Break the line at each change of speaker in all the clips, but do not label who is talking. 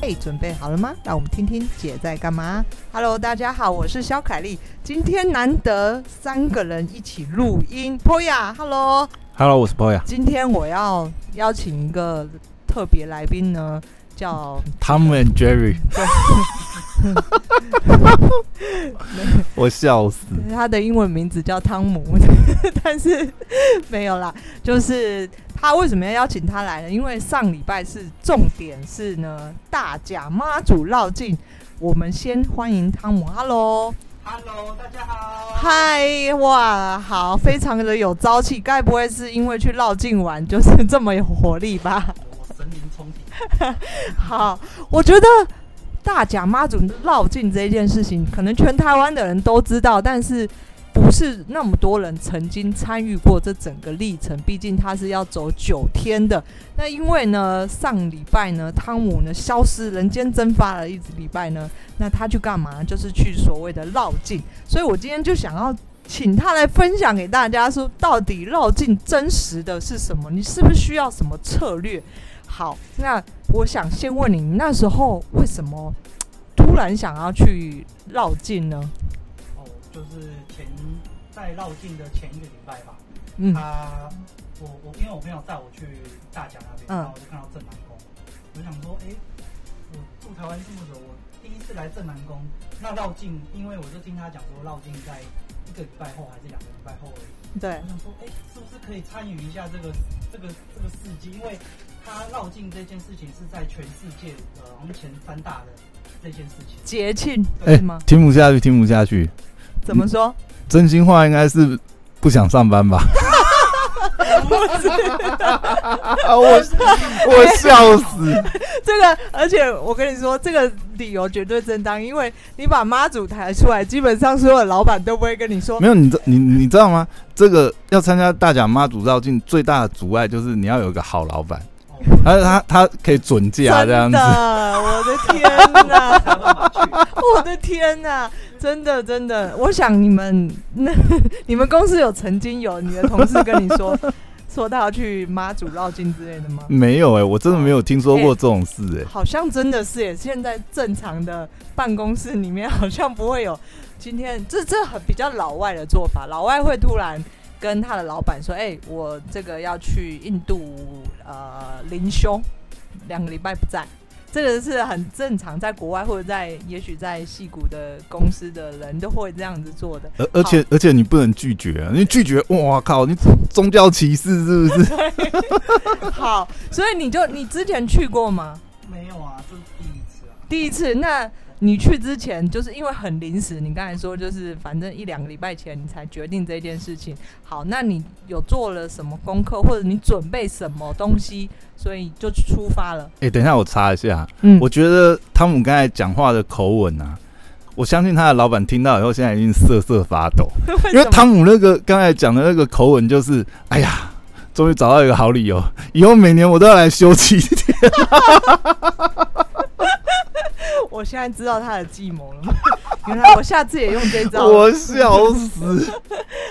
嘿，准备好了吗？让我们听听姐在干嘛。Hello，大家好，我是肖凯丽。今天难得三个人一起录音。Poya，Hello，
Hello，我是 Poya。
今天我要邀请一个特别来宾呢，叫
Tom and Jerry，我笑死。
他的英文名字叫汤姆， 但是没有啦。就是他为什么要邀请他来呢？因为上礼拜是重点是呢，大甲妈祖绕境。我们先欢迎汤姆，Hello，
Hello，大家好。
嗨，哇，好，非常的有朝气，该不会是因为去绕境玩就是这么有活力吧？
我神灵冲顶，
好，我觉得大甲妈祖绕境这件事情，可能全台湾的人都知道，但是不是那么多人曾经参与过这整个历程。毕竟它是要走九天的。那因为呢，上礼拜呢，汤姆呢消失人间蒸发了一礼拜呢，那他去干嘛？就是去所谓的绕境。所以我今天就想要。请他来分享给大家，说到底绕境真实的是什么？你是不是需要什么策略？好，那我想先问你，你那时候为什么突然想要去绕境呢？
哦，就是前在绕境的前一个礼拜吧，
嗯
他我我因为我朋友带我去大甲那边，
嗯
然后我就看到正南宫，我就想说，哎、我住台湾这么久，我第一次来正南宫，那绕境，因为我就听他讲说绕境在一个礼拜后还是两个礼拜后而已，
对
我，想说，哎、是不是可以参与一下这个这个这个事迹？因为他绕境这件事情是在全世界呃好像前三大的这件事情。
节庆
哎、
是吗？
听不下去，听不下去。
怎么 说？
真心话应该是不想上班吧？啊 我我笑死。
这个，而且我跟你说，这个理由绝对正当，因为你把妈祖抬出来，基本上所有的老板都不会跟你说
没有，你知你你知道吗？这个要参加大甲妈祖绕境，最大的阻碍就是你要有一个好老板，
哦
他他他可以准假这样
真
子
的，。我的天哪！
才有办法去
我的天呐，真的真的，我想你们那 你们公司有曾经有你的同事跟你说说他要去妈祖绕境之类的吗？
没有哎、我真的没有听说过这种事哎、
好像真的是耶，现在正常的办公室里面好像不会有今天这这很比较老外的做法，老外会突然跟他的老板说：“哎、我这个要去印度呃灵修，两个礼拜不在。”这个是很正常，在国外或者在也许在戏谷的公司的人都会这样子做的。
而而且而且你不能拒绝啊！你拒绝，哇靠！你宗教歧视是 不是？
好，所以你就你之前去过吗？
没有啊，这是第一次啊。
第一次，那你去之前就是因为很临时，你刚才说就是反正一两个礼拜前你才决定这件事情。好，那你有做了什么功课，或者你准备什么东西，所以就出发了？
哎、等一下我查一下。
嗯
我觉得汤姆刚才讲话的口吻啊，我相信他的老板听到以后，现在已经瑟瑟发 抖，因为汤姆那个刚才讲的那个口吻就是，哎呀，终于找到一个好理由，以后每年我都要来 休息。
我现在知道他的计谋了吗？ 原来我下次也用这招。
我笑死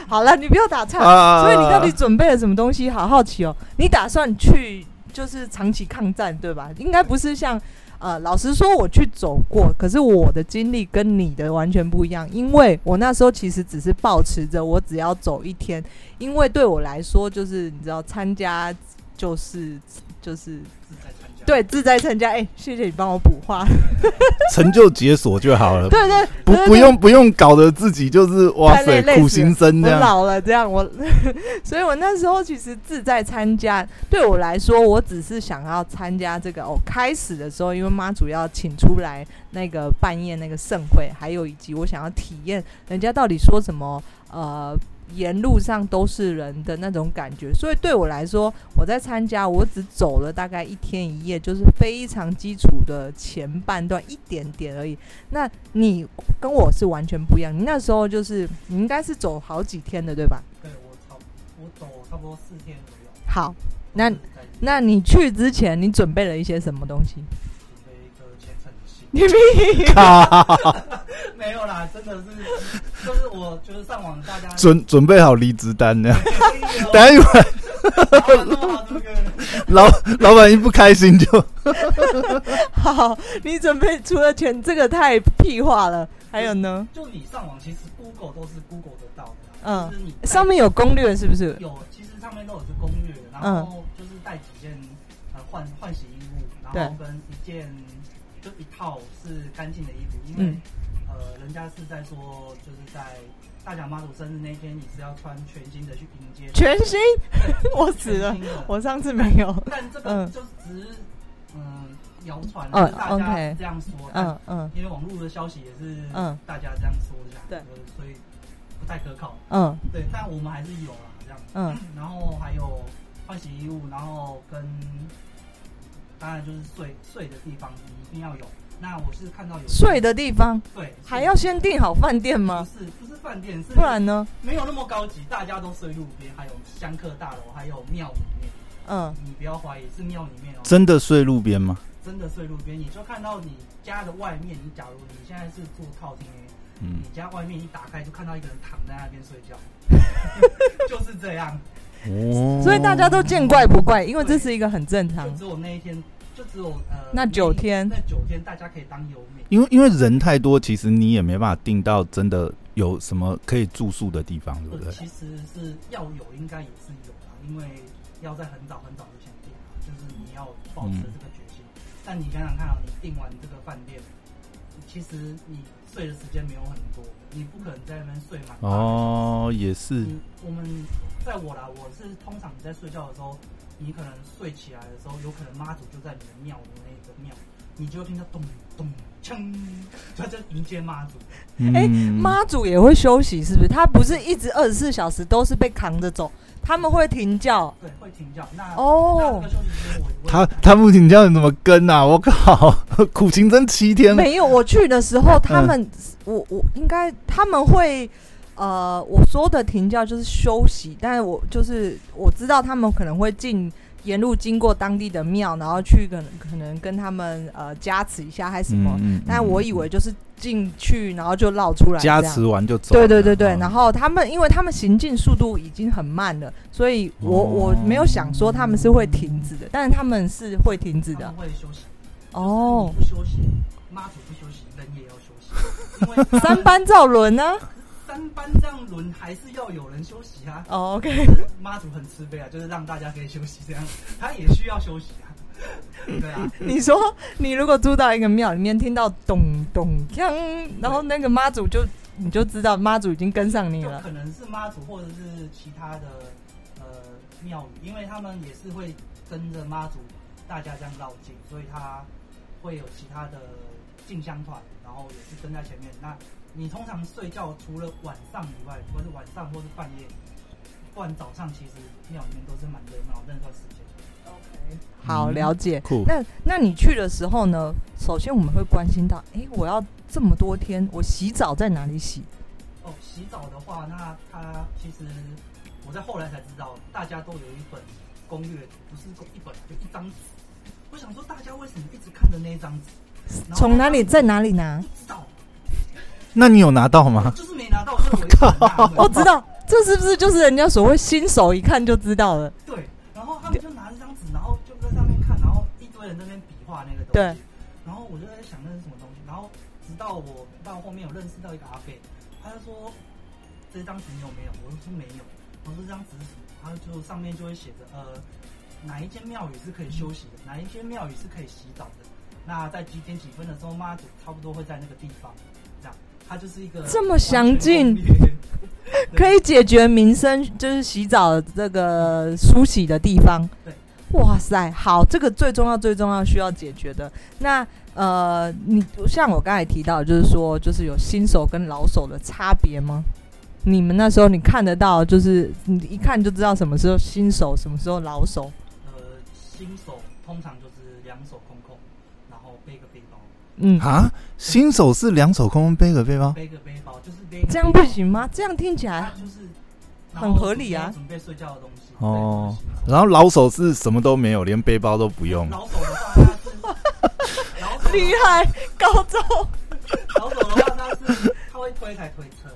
好了，你不要打岔。
啊！
所以你到底 准备了什么东西？好好奇哦。你打算去就是长期抗战对吧？应该不是像呃，老实说，我去走过，可是我的经历跟你的完全不一样，因为我那时候其实只是抱持着我只要走一天，因为对我来说就是你知道参加就是 就是
是在参加。，
对自在参加，哎、谢谢你帮我补话，
成就解锁就好了，
对对，
不
对对
不用不用搞得自己就是哇
太累
塞
累死
苦行僧这
我
样。
老了，这样我， 所以我那时候其实自在参加，对我来说，我只是想要参加这个哦。开始的时候，因为妈祖要请出来那个半夜那个盛会，还有以及我想要体验人家到底说什么，呃。沿路上都是人的那种感觉，所以对我来说，我在参加，我只走了大概一天一夜，就是非常基础的前半段一点点而已。那你跟我是完全不一样。你那时候就是你应该是走好几天的，对吧？
对我差不我走差不多四天左右。
好，那
就是在
那你去之前你准备了一些什么东 西？
准备一个虔
你
诚的心，
屁！
没有啦，真的 是，就是我就是上网大家
准准备好离职单这样，
可以哦
等一下一会儿
然后弄到这个
老老板一不开心就
好，你准备除了钱这个太屁话了，还有呢？
就你上网，其实 Google 都是 Google 得到的啦，
嗯
就是你带
上面有攻略是不是？
有，其实上面都有是攻略，然
嗯
后就是带几件呃换换洗衣物，然后
对
跟一件就一套是干净的衣服，因为、
嗯
呃人家是在说就是在大甲妈祖生日那天，你是要穿全新的去迎接，
全新，
对
我死了
全新的
我上次没有。
但这个
嗯
就只是嗯谣传，
嗯
就是大家
OK
这样说，但
嗯嗯
因为网络的消息也是
嗯
大家这样说的啊，
对
呃所以不太可靠。
嗯
对，但我们还是有啦，啊这样。
嗯，
然后还有换洗衣物，然后跟当然就是睡睡的地方你一定要有。那我是看到有
睡的地方
对，
还要先订好饭店
不
吗？
是不是饭店，是
不然呢？
没有那么高级，大家都睡路边，还有香客大楼，还有庙里面。
嗯
你不要怀疑是庙里面哦，
真的睡路边吗？
真的睡路边，你就看到你家的外面。你假如你现在是住靠近 A，
嗯
你，家外面一打开就看到一个人躺在那边睡 觉，就是这样。
哦
所以大家都见怪不怪，因为这是一个很正常
就。只有那一天，就只有呃，
那九天
那九天大家可以当游民。
因为因为人太多，其实你也没办法定到真的有什么可以住宿的地方，对不
呃
对？
其实是要有，应该也是有啦，因为要在很早很早之前订啊，就是你要保持这个决心。
嗯
但你想想看啊，你订完这个饭店，其实你睡的时间没有很多，你不可能在那边睡满。
哦，也是，
你我们在我啦，我是通常你在睡觉的时候，你可能睡起来的时候，有可能妈祖就在你的庙的那个庙，你就听到咚咚锵，他就迎接妈祖。
哎
嗯，
妈祖也会休息，是不是？他不是一直二十四小时都是被扛着走，他们会停教。
对，会停教。那那这
哦
个，休息时间我我
他他不请教你怎么跟啊？我靠，苦行僧七天，
没有，我去的时候，他们，我我应该他们会，呃，我说的停教就是休息，但是我就是我知道他们可能会进沿路经过当地的庙，然后去可能可能跟他们呃加持一下还是什么，
嗯嗯
但我以为就是进去然后就绕出来这
加
样
持完就走了。
对对对对，
哦
然后他们因为他们行进速度已经很慢了，所以我、
哦
我没有想说他们是会停止的，但是他们是会停止
他
的
们会休息。
哦。
就是你不休息，妈祖不休息，人也要休息。因 为
三班造轮呢、
三班这样轮还是要有人休息啊。
哦，OK，
就是妈祖很慈悲啊，就是让大家可以休息，这样他也需要休息啊。对啊，
你说你如果住到一个庙里面，听到咚咚锵，然后那个妈祖就你就知道妈祖已经跟上你
就
了。
可能是妈祖或者是其他的呃庙宇，因为他们也是会跟着妈祖大家这样绕境，所以他会有其他的进香团，然后也是跟在前面。那你通常睡觉除了晚上以外，或是晚上或是半夜，不然早上其实庙里面都是蛮热闹那段时间。
好，
嗯
了解。
酷，
那那你去的时候呢？首先我们会关心到，诶，我要这么多天，我洗澡在哪里洗？
哦，洗澡的话，那它其实我在后来才知道，大家都有一本攻略图，不是一本，啊就一张纸。我想说，大家为什么一直看着那张纸？然后
从哪里在哪里拿
不？知道，
那你有拿到吗？
就是没拿到，所以我一直很 纳 闷
我哦知道，这是不是就是人家所谓新手一看就知道了？
对，然后他们就拿着张纸，然后就在上面看，然后一堆人在那边比划那个东
对
西。然后我就在想那是什么东西，然后直到我到后面有认识到一个阿贝，他就说这张纸你有没有？我就说没有。我说这张纸是什么？他就上面就会写着呃哪一间庙宇是可以休息的，哪一间庙宇是可以洗澡的。那在几点几分的时候，妈祖差不多会在那个地方，这样。它就是一个
这么详尽
完全攻略， 对
可以解决民生，就是洗澡这个梳洗的地方。
对，
哇塞，好，这个最重要、最重要需要解决的。那呃，你像我刚才提到，就是说，就是有新手跟老手的差别吗？你们那时候你看得到，就是你一看就知道什么时候新手，什么时候老手。
呃，新手通常就是两手空空，然后背个背包，
嗯，
啊，新手是两手空空背个背包，
背个背包就是背
这样不行吗？这样听起来
啊，就是
很
然后
合理啊
准备准备睡觉的东西
哦。
对就是新手
然后老手是什么都没有，连背包都不用。
老手的话，他是老 手
厉害，高中
老手的话，他是他会推一台推车，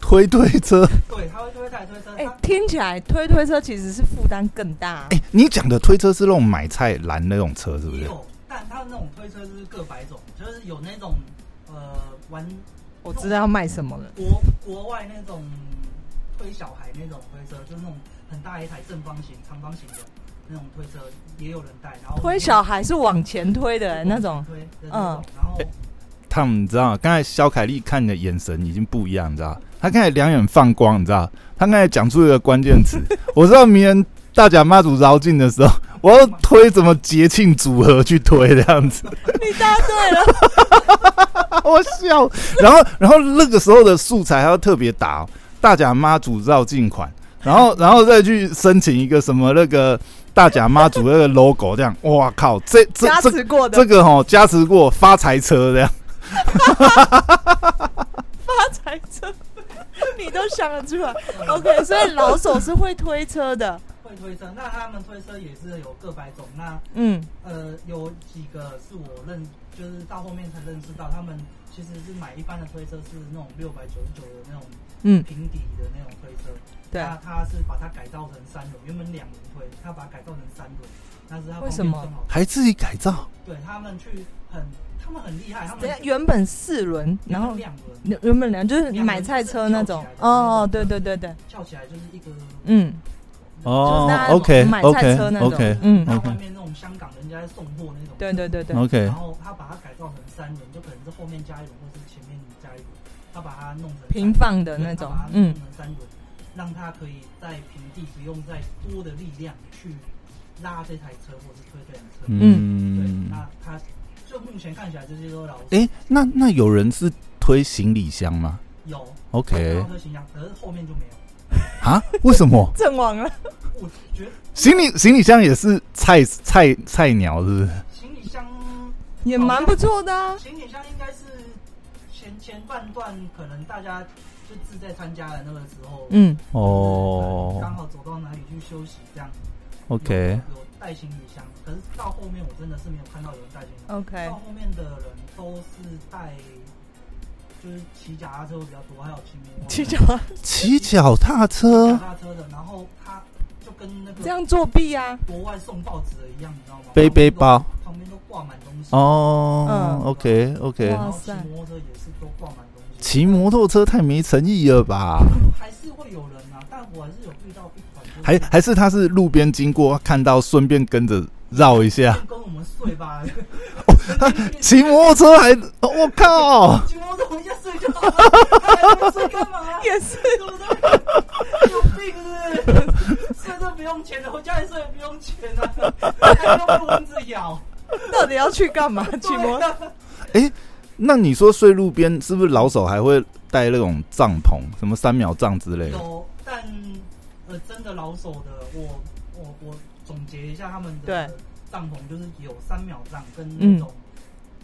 推推车。
对，他会推台推车，
哎、
他
听起来推推车其实是负担更大、
哎、你讲的推车是那种买菜篮那种车，是不
也
是？
有，但他那种推车是各百种，就是有那种呃玩
我知道要卖什么了。
国国外那种推小孩那种推车，就是那种很大一台正方形、长方形的那种推车，也有人带。然后
推小孩是往前推的、欸那 种，嗯
推的那种，然后
他们你知道，刚才肖凯丽看你的眼神已经不一样，你知道？他刚才两眼放光，你知道？他刚才讲出一个关键 词，我知道明人大甲妈祖绕境的时候，我要推什么节庆组合去推这样 子，
你答对了。
我笑。然后，然后那个时候的素材还要特别打、哦、大甲妈祖绕境款，然后， 然后再去申请一个什么那个大甲妈祖那个 logo 这样，哇靠，这这
加
这
持过的
这个哦，加持过发财车这样。
发财车， 你都想得出来。OK，所以老手是会推车的。
会推车。那他们推车也是有各百种。那
嗯，
呃，有几个是我认，就是到后面才认识到，他们其实是买一般的推车是那种六百九十九的那种
嗯
平底的那种推车。
对啊
那他是把它改造成三轮，原本两轮推，他把它改造成三轮，但是他
为什么
更好？
还自己改造，
对他们去很，他们很厉害，他
等下
们
原本四轮，然后
两轮
原原本两就是买菜车那种。哦哦，对对对对，
翘起来就是一个
嗯，就是
哦
那种
，OK，
买菜
OK，
车那种
哦 OK，
嗯，
那外面那种香港人家在送货那种，
对对对对，
OK，
然后他把它改造成三轮，就可能是后面加一轮，或是前面加一轮，他把它弄成
平放的那
对
种
他把，它弄
嗯，
成三轮，让它可以在平地不用再多的力量去拉这台车或是推这台车。对，
嗯，
那它就目前看起来这些都老
哎、那那有人是推行李箱吗
有
？OK，
车型样，可是后面就没有。
啊，为什么
阵亡了。
我觉得
行李行李箱也是菜菜菜鸟是不是？
行李箱，
也蛮不错的啊，
行李箱应该是前前半段可能大家就自在参加的那个时候，
嗯，
哦
刚好走到哪里去休息这样。
，OK，
有有带行李箱，可是到后面我真的是没有看到有人带行李箱。
OK
到后面的人都是带，就是骑脚踏车会比较多，还有骑摩托
骑
车
脚
骑脚踏
脚
车
踏车的，然后他就跟那
这
个
样作弊啊，
国外送报纸的一样，你知道吗？
背背包，
旁边都挂满东西，
哦
嗯
，OK OK，
哇
然后骑
塞
摩托车也是都挂满东西。
骑摩托车太没诚意了吧？
还是会有人啊，但我还是有遇到一款、就是，
还还是他是路边经过看到，顺便跟着绕一下，
先跟我们睡吧，
骑摩托车还，哦我、靠！
骑摩托车回家睡就好了，还在那边睡干嘛？
也是
对不对？有病是不是？睡都不用钱的，回家里睡也不用钱啊， 还要被蚊子咬。
到底要去干 嘛？骑摩
对
托
啊
那你说睡路边是不是老手还会带那种帐篷，什么三秒帐之类的？
有，但呃，真的老手的，我我我总结一下他们的
对
帐篷，就是有三秒帐跟那种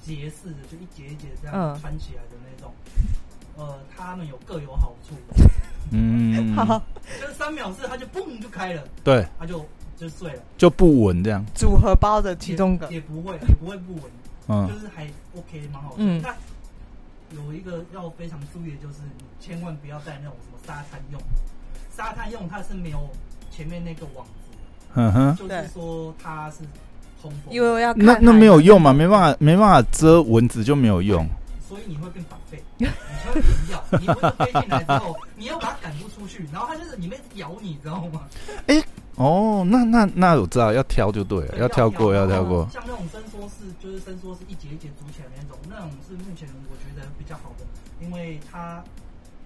节式的，就一节一节这样
嗯
穿起来的那种。呃，他们有各有好处，
嗯，
好，
就是三秒式，它就嘣就开了，
对，
它就就睡了，
就不稳这样。
组合包的其中一个
也，也不会也不会不稳，就
嗯，
是还 OK，蛮好
嗯
嗯，但有一个要非常注意的就是，你千万不要带那种什么沙滩用，沙滩用它是没有前面那个网子
哼
的，
嗯哼，
就是说它是通风，
啊因为我要看
那那
海
没有用嘛，没办法，没办法遮蚊子就没有用。
所以你会变反肺，你就会停掉，你蚊子飞进来之后，你要把它赶不出去，然后它就是里面咬你，知道吗？
哦，那那那我知道要挑就对了，要挑过，要挑过。
像那种伸缩式，就是伸缩式一节一节组起来那种，那种是目前我觉得比较好的，因为它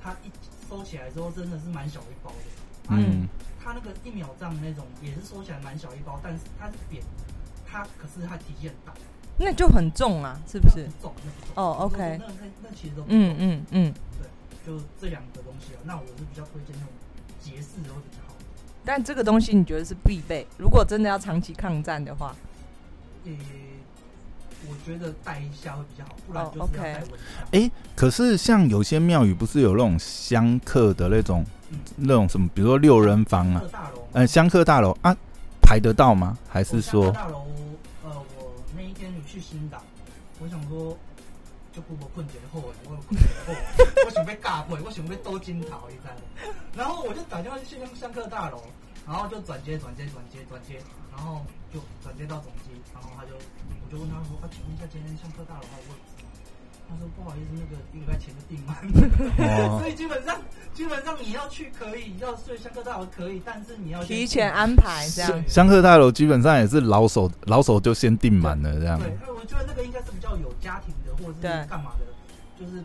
它一收起来之后真的是蛮小一包的。它
嗯，
它那个一秒账那种也是收起来蛮小一包，但是它是扁，它可是它体积很大，
那就很重啊，是不
那
是
不？重，那不重。
哦，OK
那那那其实都不重
嗯嗯嗯，
就这两个东西啊。那我是比较推荐那种节式的会比较好。
但这个东西你觉得是必备？如果真的要长期抗战的话，
诶、我觉得带一下会比较好，不然
哦
就是要带
OK
蚊帐。
诶可是像有些庙宇不是有那种香客的那种
嗯
那种什么，比如说六人房啊
各，大楼嘛
呃，香客大楼啊，排得到吗？还是
我
说
下大楼，呃，我那一天去新港，我想说，足久无困一个好的，我有困一个好的，我想要尬配，我想要多金桃，你知道吗？然后我就打电话去上课大楼，然后就转接转接转接转接，然后就转接到总机，然后他就我就问他说啊，请问一下今天上课大楼还有位置吗？他说不好意思，那个一个礼拜前就订满，
哦
所以基本上基本上你要去可以，要睡上课大楼可以，但是你要先
提
订
前安排这样
是。
香客大楼基本上也是老手，老手就先订满了这样。
对，那我觉得那个应该是比较有家庭的，或者
对
是干嘛的，就是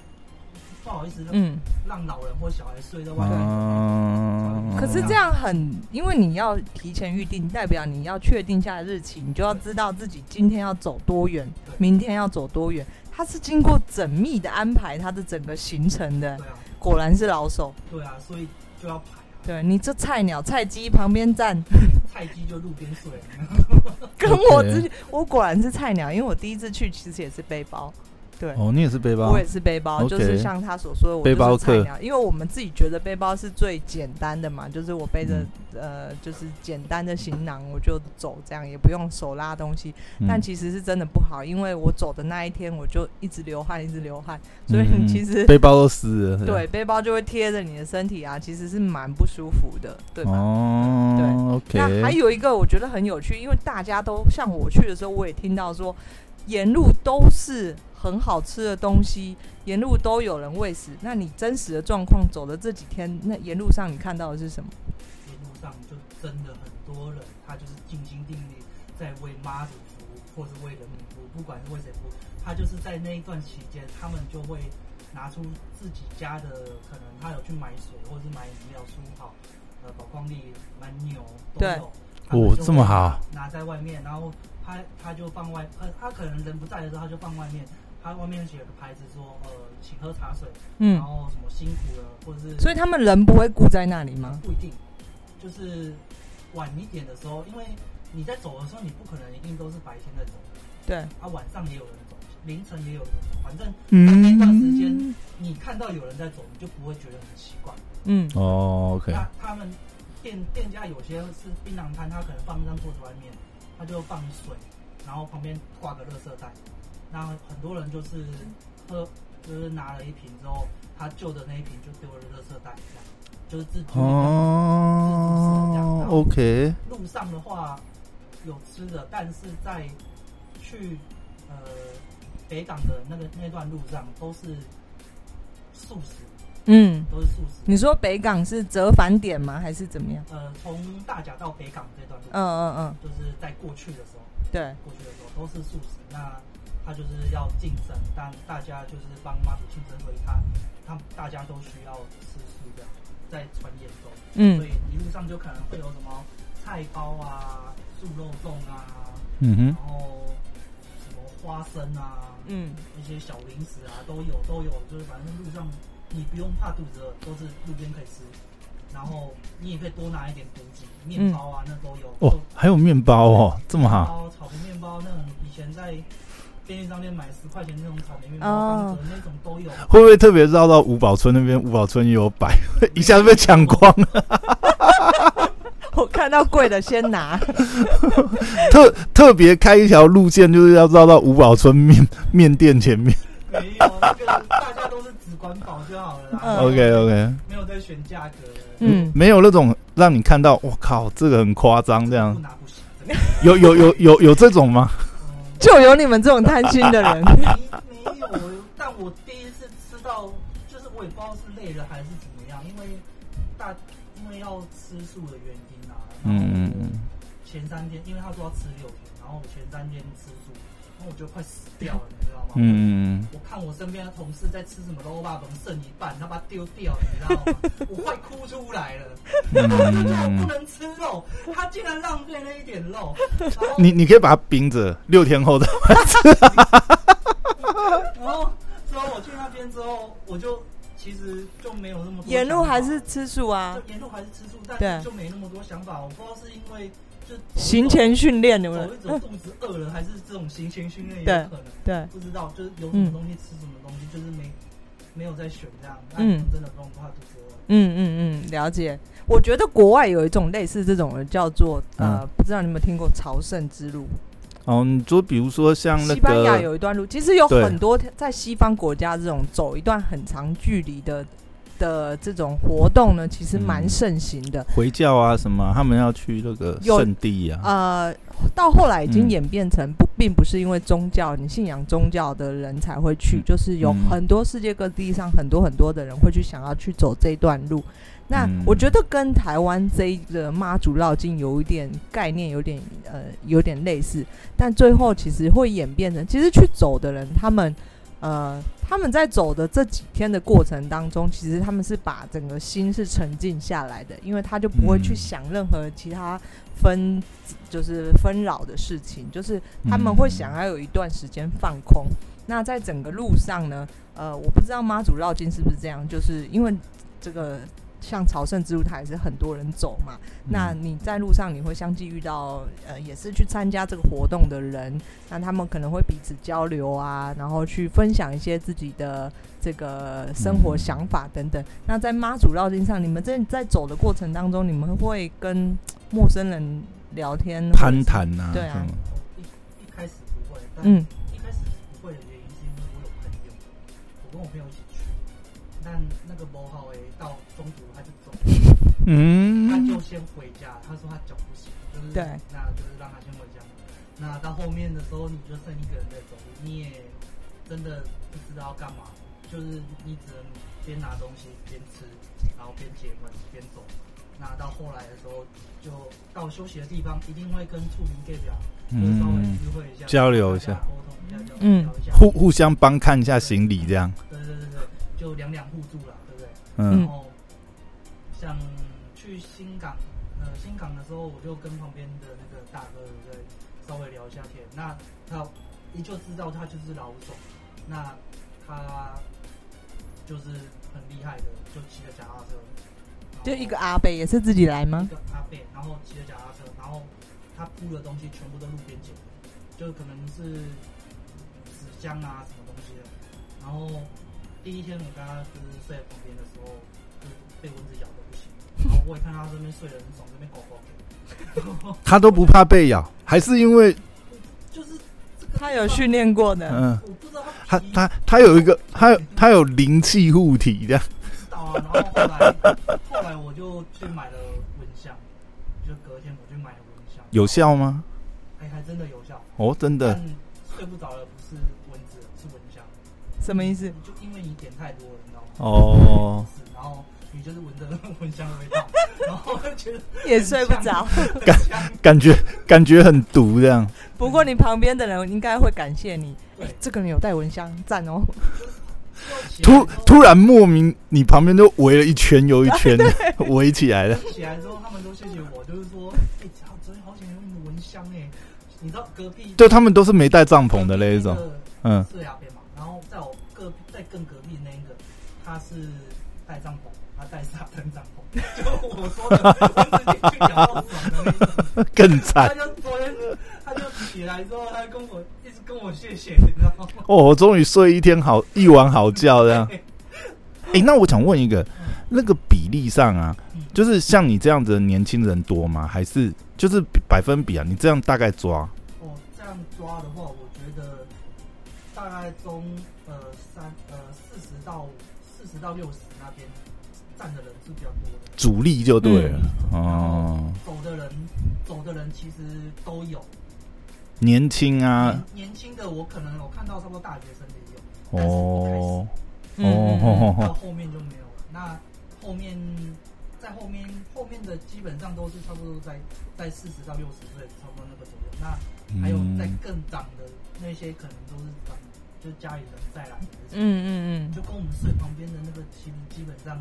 不好意思，
嗯，
让老人或小孩睡在外面。
哦
可是这样很，因为你要提前预定，代表你要确定下日期，你就要知道自己今天要走多远，
对
明天要走多远。他是经过缜密的安排他的整个行程的，
对啊，
果然是老手。
对啊，所以就要排啊，
对你这菜鸟菜鸡旁边 站，
菜鸡就路边睡。啊
跟我
OK
之前我果然是菜鸟，因为我第一次去其实也是背包，对，
哦，你也是背包
我也是背包
OK
就是像他所说的，我就是
背包客
菜鸟，因为我们自己觉得背包是最简单的嘛，就是我背着、
嗯
呃就是简单的行囊我就走，这样也不用手拉东西。
嗯
但其实是真的不好，因为我走的那一天我就一直流汗，一直流汗，所以
嗯
你其实、
背包都湿了。是吧
对背包就会贴着你的身体啊，其实是蛮不舒服的，对吧？
哦，OK，
那还有一个我觉得很有趣，因为大家都像我去的时候，我也听到说，沿路都是很好吃的东西，沿路都有人喂食。那你真实的状况走的这几天，那沿路上你看到的是什么？
一路上就真的很多人，他就是尽心尽力在为妈祖服务，或是为人民服务，不管是为谁服务，他就是在那一段期间，他们就会拿出自己家的，可能他有去买水，或是买饮料、书好，呃，宝矿力、蛮牛都
对
有。他们
哦
就
这么
会
好
拿，拿在外面，然后他他就放外，呃，他可能人不在的时候，他就放外面，他外面写个牌子说，呃，请喝茶水，然
嗯，
后什么辛苦了，或者是
所以他们人不会顾在那里吗？
不一定，就是晚一点的时候，因为你在走的时候，你不可能一定都是白天在走，
对，
啊，晚上也有人走，凌晨也有人走，反正那段时
嗯
间，你看到有人在走，你就不会觉得很奇怪。
嗯，
哦，OK，
那他们店店家有些是槟榔摊，他可能放一张桌子外面，他就放水，然后旁边挂个垃圾袋，那很多人就是喝，就是拿了一瓶之后，他旧的那一瓶就丢了垃圾袋，这样就是自己。
哦，OK，
路上的话有吃的，但是在去呃北港的那个那段路上都是素食，
嗯，
都是素食。
你说北港是折返点吗？还是怎么样？
呃，从大甲到北港这段路，
嗯嗯嗯，
就是在过去的时候，
对，
过去的时候都是素食。那他就是要晋升，但大家就是帮妈祖庆生，所以他他们大家都需要吃素的，在传言中。所
嗯
以一路上就可能会有什么菜包啊、素肉粽啊，
嗯哼
然，后什么花生啊，
嗯，
一些小零食啊都有都有，就是反正路上你不用怕肚子饿，都是路边可以吃。然后你也可以多拿一点补给，面包啊、那都有。
哇，
哦
还有面包哦，这么
然
好，
后草莓面包那种，以前在便利商店买十块钱那种草莓面包，
哦
方格那种都有。
会不会特别绕到五宝村那边？五宝村也有摆， 一下子被抢光了，
我看到贵的先 拿，
特特别开一条路线，就是要绕到五宝村面面店前面。
没有，那个大家哦都是只管饱就好了啦。
嗯
OK OK，
没有在选价格的，
嗯
没有那种让你看到，我靠，这个很夸张这
不
样，
拿不行。真的
有有有有有这种吗？
嗯
就有你们这种贪心的 人。
没没有，但我第一次吃到，就是我也不知道是累了还是怎么样，因为大因为要吃素的原因啊，
嗯嗯嗯，
前三天因为他说要吃六天，然后我前三天吃素，然后我就快死掉了，你知道吗？
嗯嗯
我看我身边的同事在吃什么肉霸粉，剩一半，他把它丢掉，你知道吗？我快哭出来了，
嗯
我
嗯
真的
嗯
我不
嗯，
能吃肉，他竟然浪费了一点肉，然后
你你可以把它冰着，六天后的，
然后之后我去那边之后，我就其实就没有那么多想法
沿路还是吃素啊
就，沿路还是吃素，但
对
是就没那么多想法。我不知道是因为就走一走
行前训练有没
走
有
一？走肚子饿了，还是这种行前训练也
对嗯
有可能，
对，
不知道就是有什么东西吃什么东西，就是没没有在选这样。那
嗯
真的不用怕肚子饿。
嗯嗯嗯，了解。我
嗯
觉得国外有一种类似这种的，叫做呃，不知道你有没有听过朝圣之路？
哦，你说比如说像那
西班牙
个，
有一段路，其实有
对
很多在西方国家这种走一段很长距离的的这种活动呢，其实蛮
嗯
盛行的。
回教啊什么，他们要去那个
有
圣地啊，
呃，到后来已经
嗯
演变成不，并不是因为宗教，你信仰宗教的人才会去，
嗯
就是有
嗯
很多世界各地上很多很多的人会去想要去走这段路。那
嗯
我觉得跟台湾这一个妈祖绕境有一点概念，有点呃有点类似，但最后其实会演变成，其实去走的人他们。呃，他们在走的这几天的过程当中，其实他们是把整个心是沉静下来的，因为他就不会去
嗯
想任何其他分，就是纷扰的事情，就是
嗯
他们会想啊要有一段时间放空。那在整个路上呢，呃，我不知道妈祖绕境是不是这样，就是因为这个像朝圣之路，它也是很多人走嘛。
嗯
那你在路上你会相继遇到，呃，也是去参加这个活动的人，那他们可能会彼此交流啊，然后去分享一些自己的这个生活想法等等。那在妈祖绕境上，你们在在走的过程当中，你们会跟陌生人聊天或者是
攀？谈啊，
对啊
什么
哦一一开始不会，但
嗯
一开始不会的原因是因为我有朋友，我跟我朋友一起去，但那个某号诶到中途他就走了，他就
嗯，
先回家，他说他脚不行，就是
对
那就是让他先回家。那到后面的时候，你就剩一个人在走，你也真的不知道要干嘛，就是你只能边拿东西边吃，然后边解闷边走。那到后来的时候，就到休息的地方，一定会跟处民 gay 表就是稍微
嗯
聚会一下，
交流一
大家
下
沟通一下，交
嗯
流一下，
互互相帮看一下行李这样，
对对对对，就两两互助啦，对不对？然
嗯
嗯
后像去新港，呃，新港的时候，我就跟旁边的那个大哥在稍微聊一下天。那他一就知道他就是老总，那他就是很厉害的，就骑着脚踏车，然后
就一个阿北也是自己来
一
吗？
个阿贝，然后骑着脚踏车，然后他铺的东西全部都路边捡的，就可能是纸浆啊什么东西的。然后第一天我跟他就是睡在旁边的时候，就是被蚊子咬的不行，然后我也看他这边睡得很爽，这边狗狗的，
他都不怕被咬，还是因为
就是这个
他有训练过的。
嗯，
我不知道他
他他他有一个他有他有灵气护体这样，
知道啊，然后后来后来我就去买了蚊香，就隔天我去买了蚊香，
有，效吗？
哎，还真的有效。
哦，真的，
但睡不着了，不是蚊子，是蚊香。
什么意思？
就因为你点太多了，你知道吗？
哦，
是，然后你就是闻着那个蚊香的味道，然后就觉得
也睡不着。
很香。
感觉感觉很毒这样，
不过你旁边的人应该会感谢你，哎
对，
这个人有带蚊香，赞哦。
就
突突然莫名你旁边就围了一圈又一圈 围起来了，
起来之后，他们都谢谢我，就是说，哎、啊昨天好想用你的蚊香哎、你知道隔壁
就他们都是没带帐篷的那一种，嗯，
是牙边嘛，然后在我隔在更隔壁那一个，他是带帐篷，他带沙滩帐篷，就我说的我自己去咬到爽的那一种。
更惨
他就昨天他就起来之后，他跟我一直跟我谢谢，你知道吗？
哦，我终于睡一天好一晚好觉这样。 诶，那我想问一个，那个比例上啊，
嗯
就是像你这样子的年轻人多吗？还是就是百分比啊？你这样大概抓，
哦，这样抓的话，我觉得大概中呃三呃四十到四十到六十那边站的人是比较多的，
主力就对了、
嗯
哦。
走的人走的人其实都有。
年轻啊，
年年轻的我可能我看到差不多大学生的也有，
哦哦
嗯嗯嗯
哦
到
哦，
后面就没有了。那后面在后面后面的基本上都是差不多在在四十到六十岁差不多那个左右。那还有在
嗯，
更长的那些，可能都是长，就家里人带来的，
嗯嗯
就跟我们睡旁边的那个，其实基本上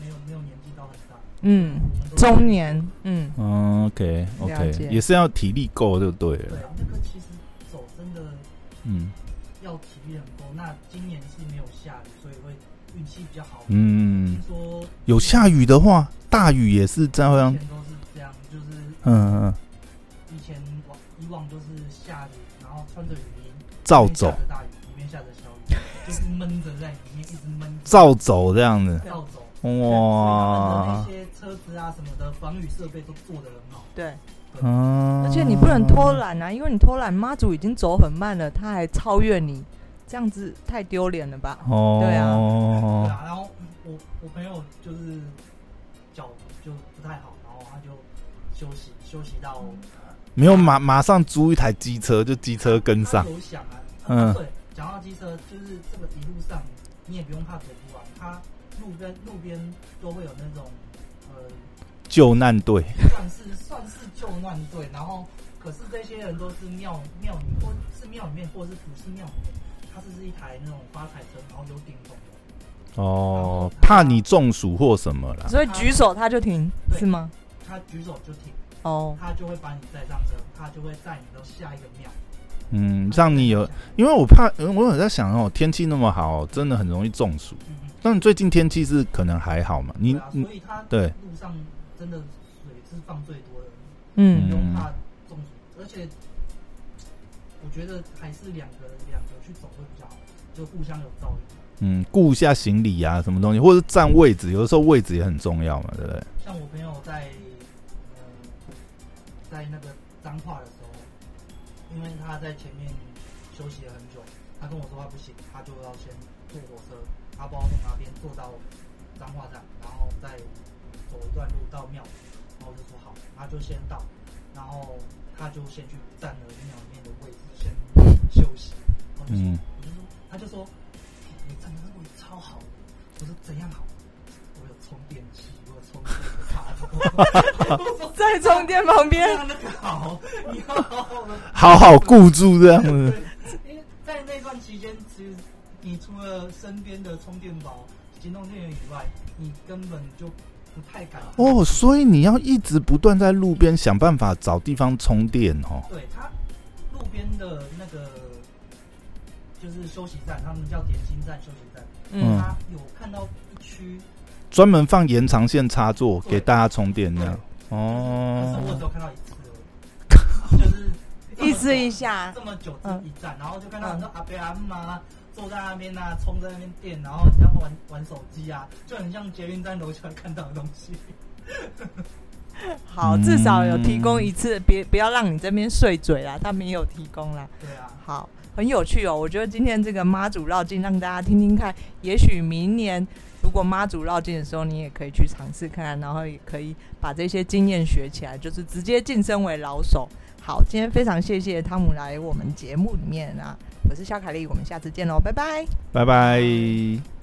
没有没有年纪到很大，
嗯
我们都
嗯，中年，嗯，
嗯，OK
了
OK，
解
也是要体力够就对
对
了，
那个其实走真的
嗯
要体力很够。那今年是没有下雨，所以会运气比较好。
嗯
听，说
有下雨的话，大雨也是这
以
样，
前都是这样，就是
嗯嗯，
以前往以往都是下雨，然后穿着雨衣，
照
里面
走
下着大雨，里面下着小雨，就是闷着在里面一直闷着
照走这样子，
照走。
哇
所以他们的那，些车子啊什么的防雨设备都做得很好。
对，
嗯，
而且你不能偷懒啊，因为你偷懒，妈祖已经走很慢了，他还超越你，这样子太丢脸了吧？
哦，
对
对
啊，
啊，然后我我朋友就是脚就不太好，然后他就休息休息到
没有马马上租一台机车，就机车跟上
他，有想啊，
嗯
对，讲到机车，就是这个一路上你也不用怕走不完，它路边路边都会有那种呃，
救难队，
算是算是救难队，然后可是这些人都是庙庙里或是庙里面或者是不是庙里面，它是是一台那种发财车，然后有顶棚的，
哦，怕你中暑或什么啦，
所以举手他就停，
对
是吗？
他举手就停，
哦，
他就会把你载上车，他就会载你到下一个庙。
嗯，让你有，因为我怕，嗯我有在想哦，天气那么好，真的很容易中暑。
嗯嗯
但最近天气是可能还好嘛，你
对啊，
你
所以他
对
路上真的水是放最多的。
嗯
不用怕中暑，而且我觉得还是两个两个去走会比较好，就互相有照应。
嗯顾一下行李啊，什么东西，或者是占位置，有的时候位置也很重要嘛，对不对？
像我朋友在呃在那个彰化的时候，因为他在前面休息了很久，他跟我说他不行，他就要先坐火车，他不知道从哪边坐到彰化站，然后再走一段路到庙，然后我就说好，他就先到，然后他就先去占了庙里面的位置，先休息。我就说，
嗯
我就说，他就说，你站的那位置超好。我说怎样好？我有充电器，我有充电卡。我说
嗯在中间旁
这
边，
样那个好，你要好好的
好好顾住这样子，
因为在那段期间，其实你除了身边的充电宝、行动电源以外，你根本就不太敢。
哦，所以你要一直不断在路边想办法找地方充电哦。
对它路边的那个就是休息站，他们叫点心站、休息站，
嗯
嗯
它有看到一区，
专门放延长线插座给大家充电这样。
可是我只
哦，
有看到一次而已，就是这么
嗯
久
意思一下
这，么久
嗯
一站，然后就看到很多阿伯阿妈坐在那边啊，冲在那边电，然后你要玩玩手机啊，就很像捷运站楼下看到的东西。
好，至少有提供一次，别不要让你这边碎嘴啦，他们也有提供啦。
对啊，
好，很有趣哦。我觉得今天这个妈祖绕境让大家听听看，也许明年如果妈祖绕境的时候，你也可以去尝试看看，然后也可以把这些经验学起来，就是直接晋升为老手。好，今天非常谢谢汤姆来我们节目里面啊，我是肖凯丽，我们下次见喽，拜拜。
拜拜。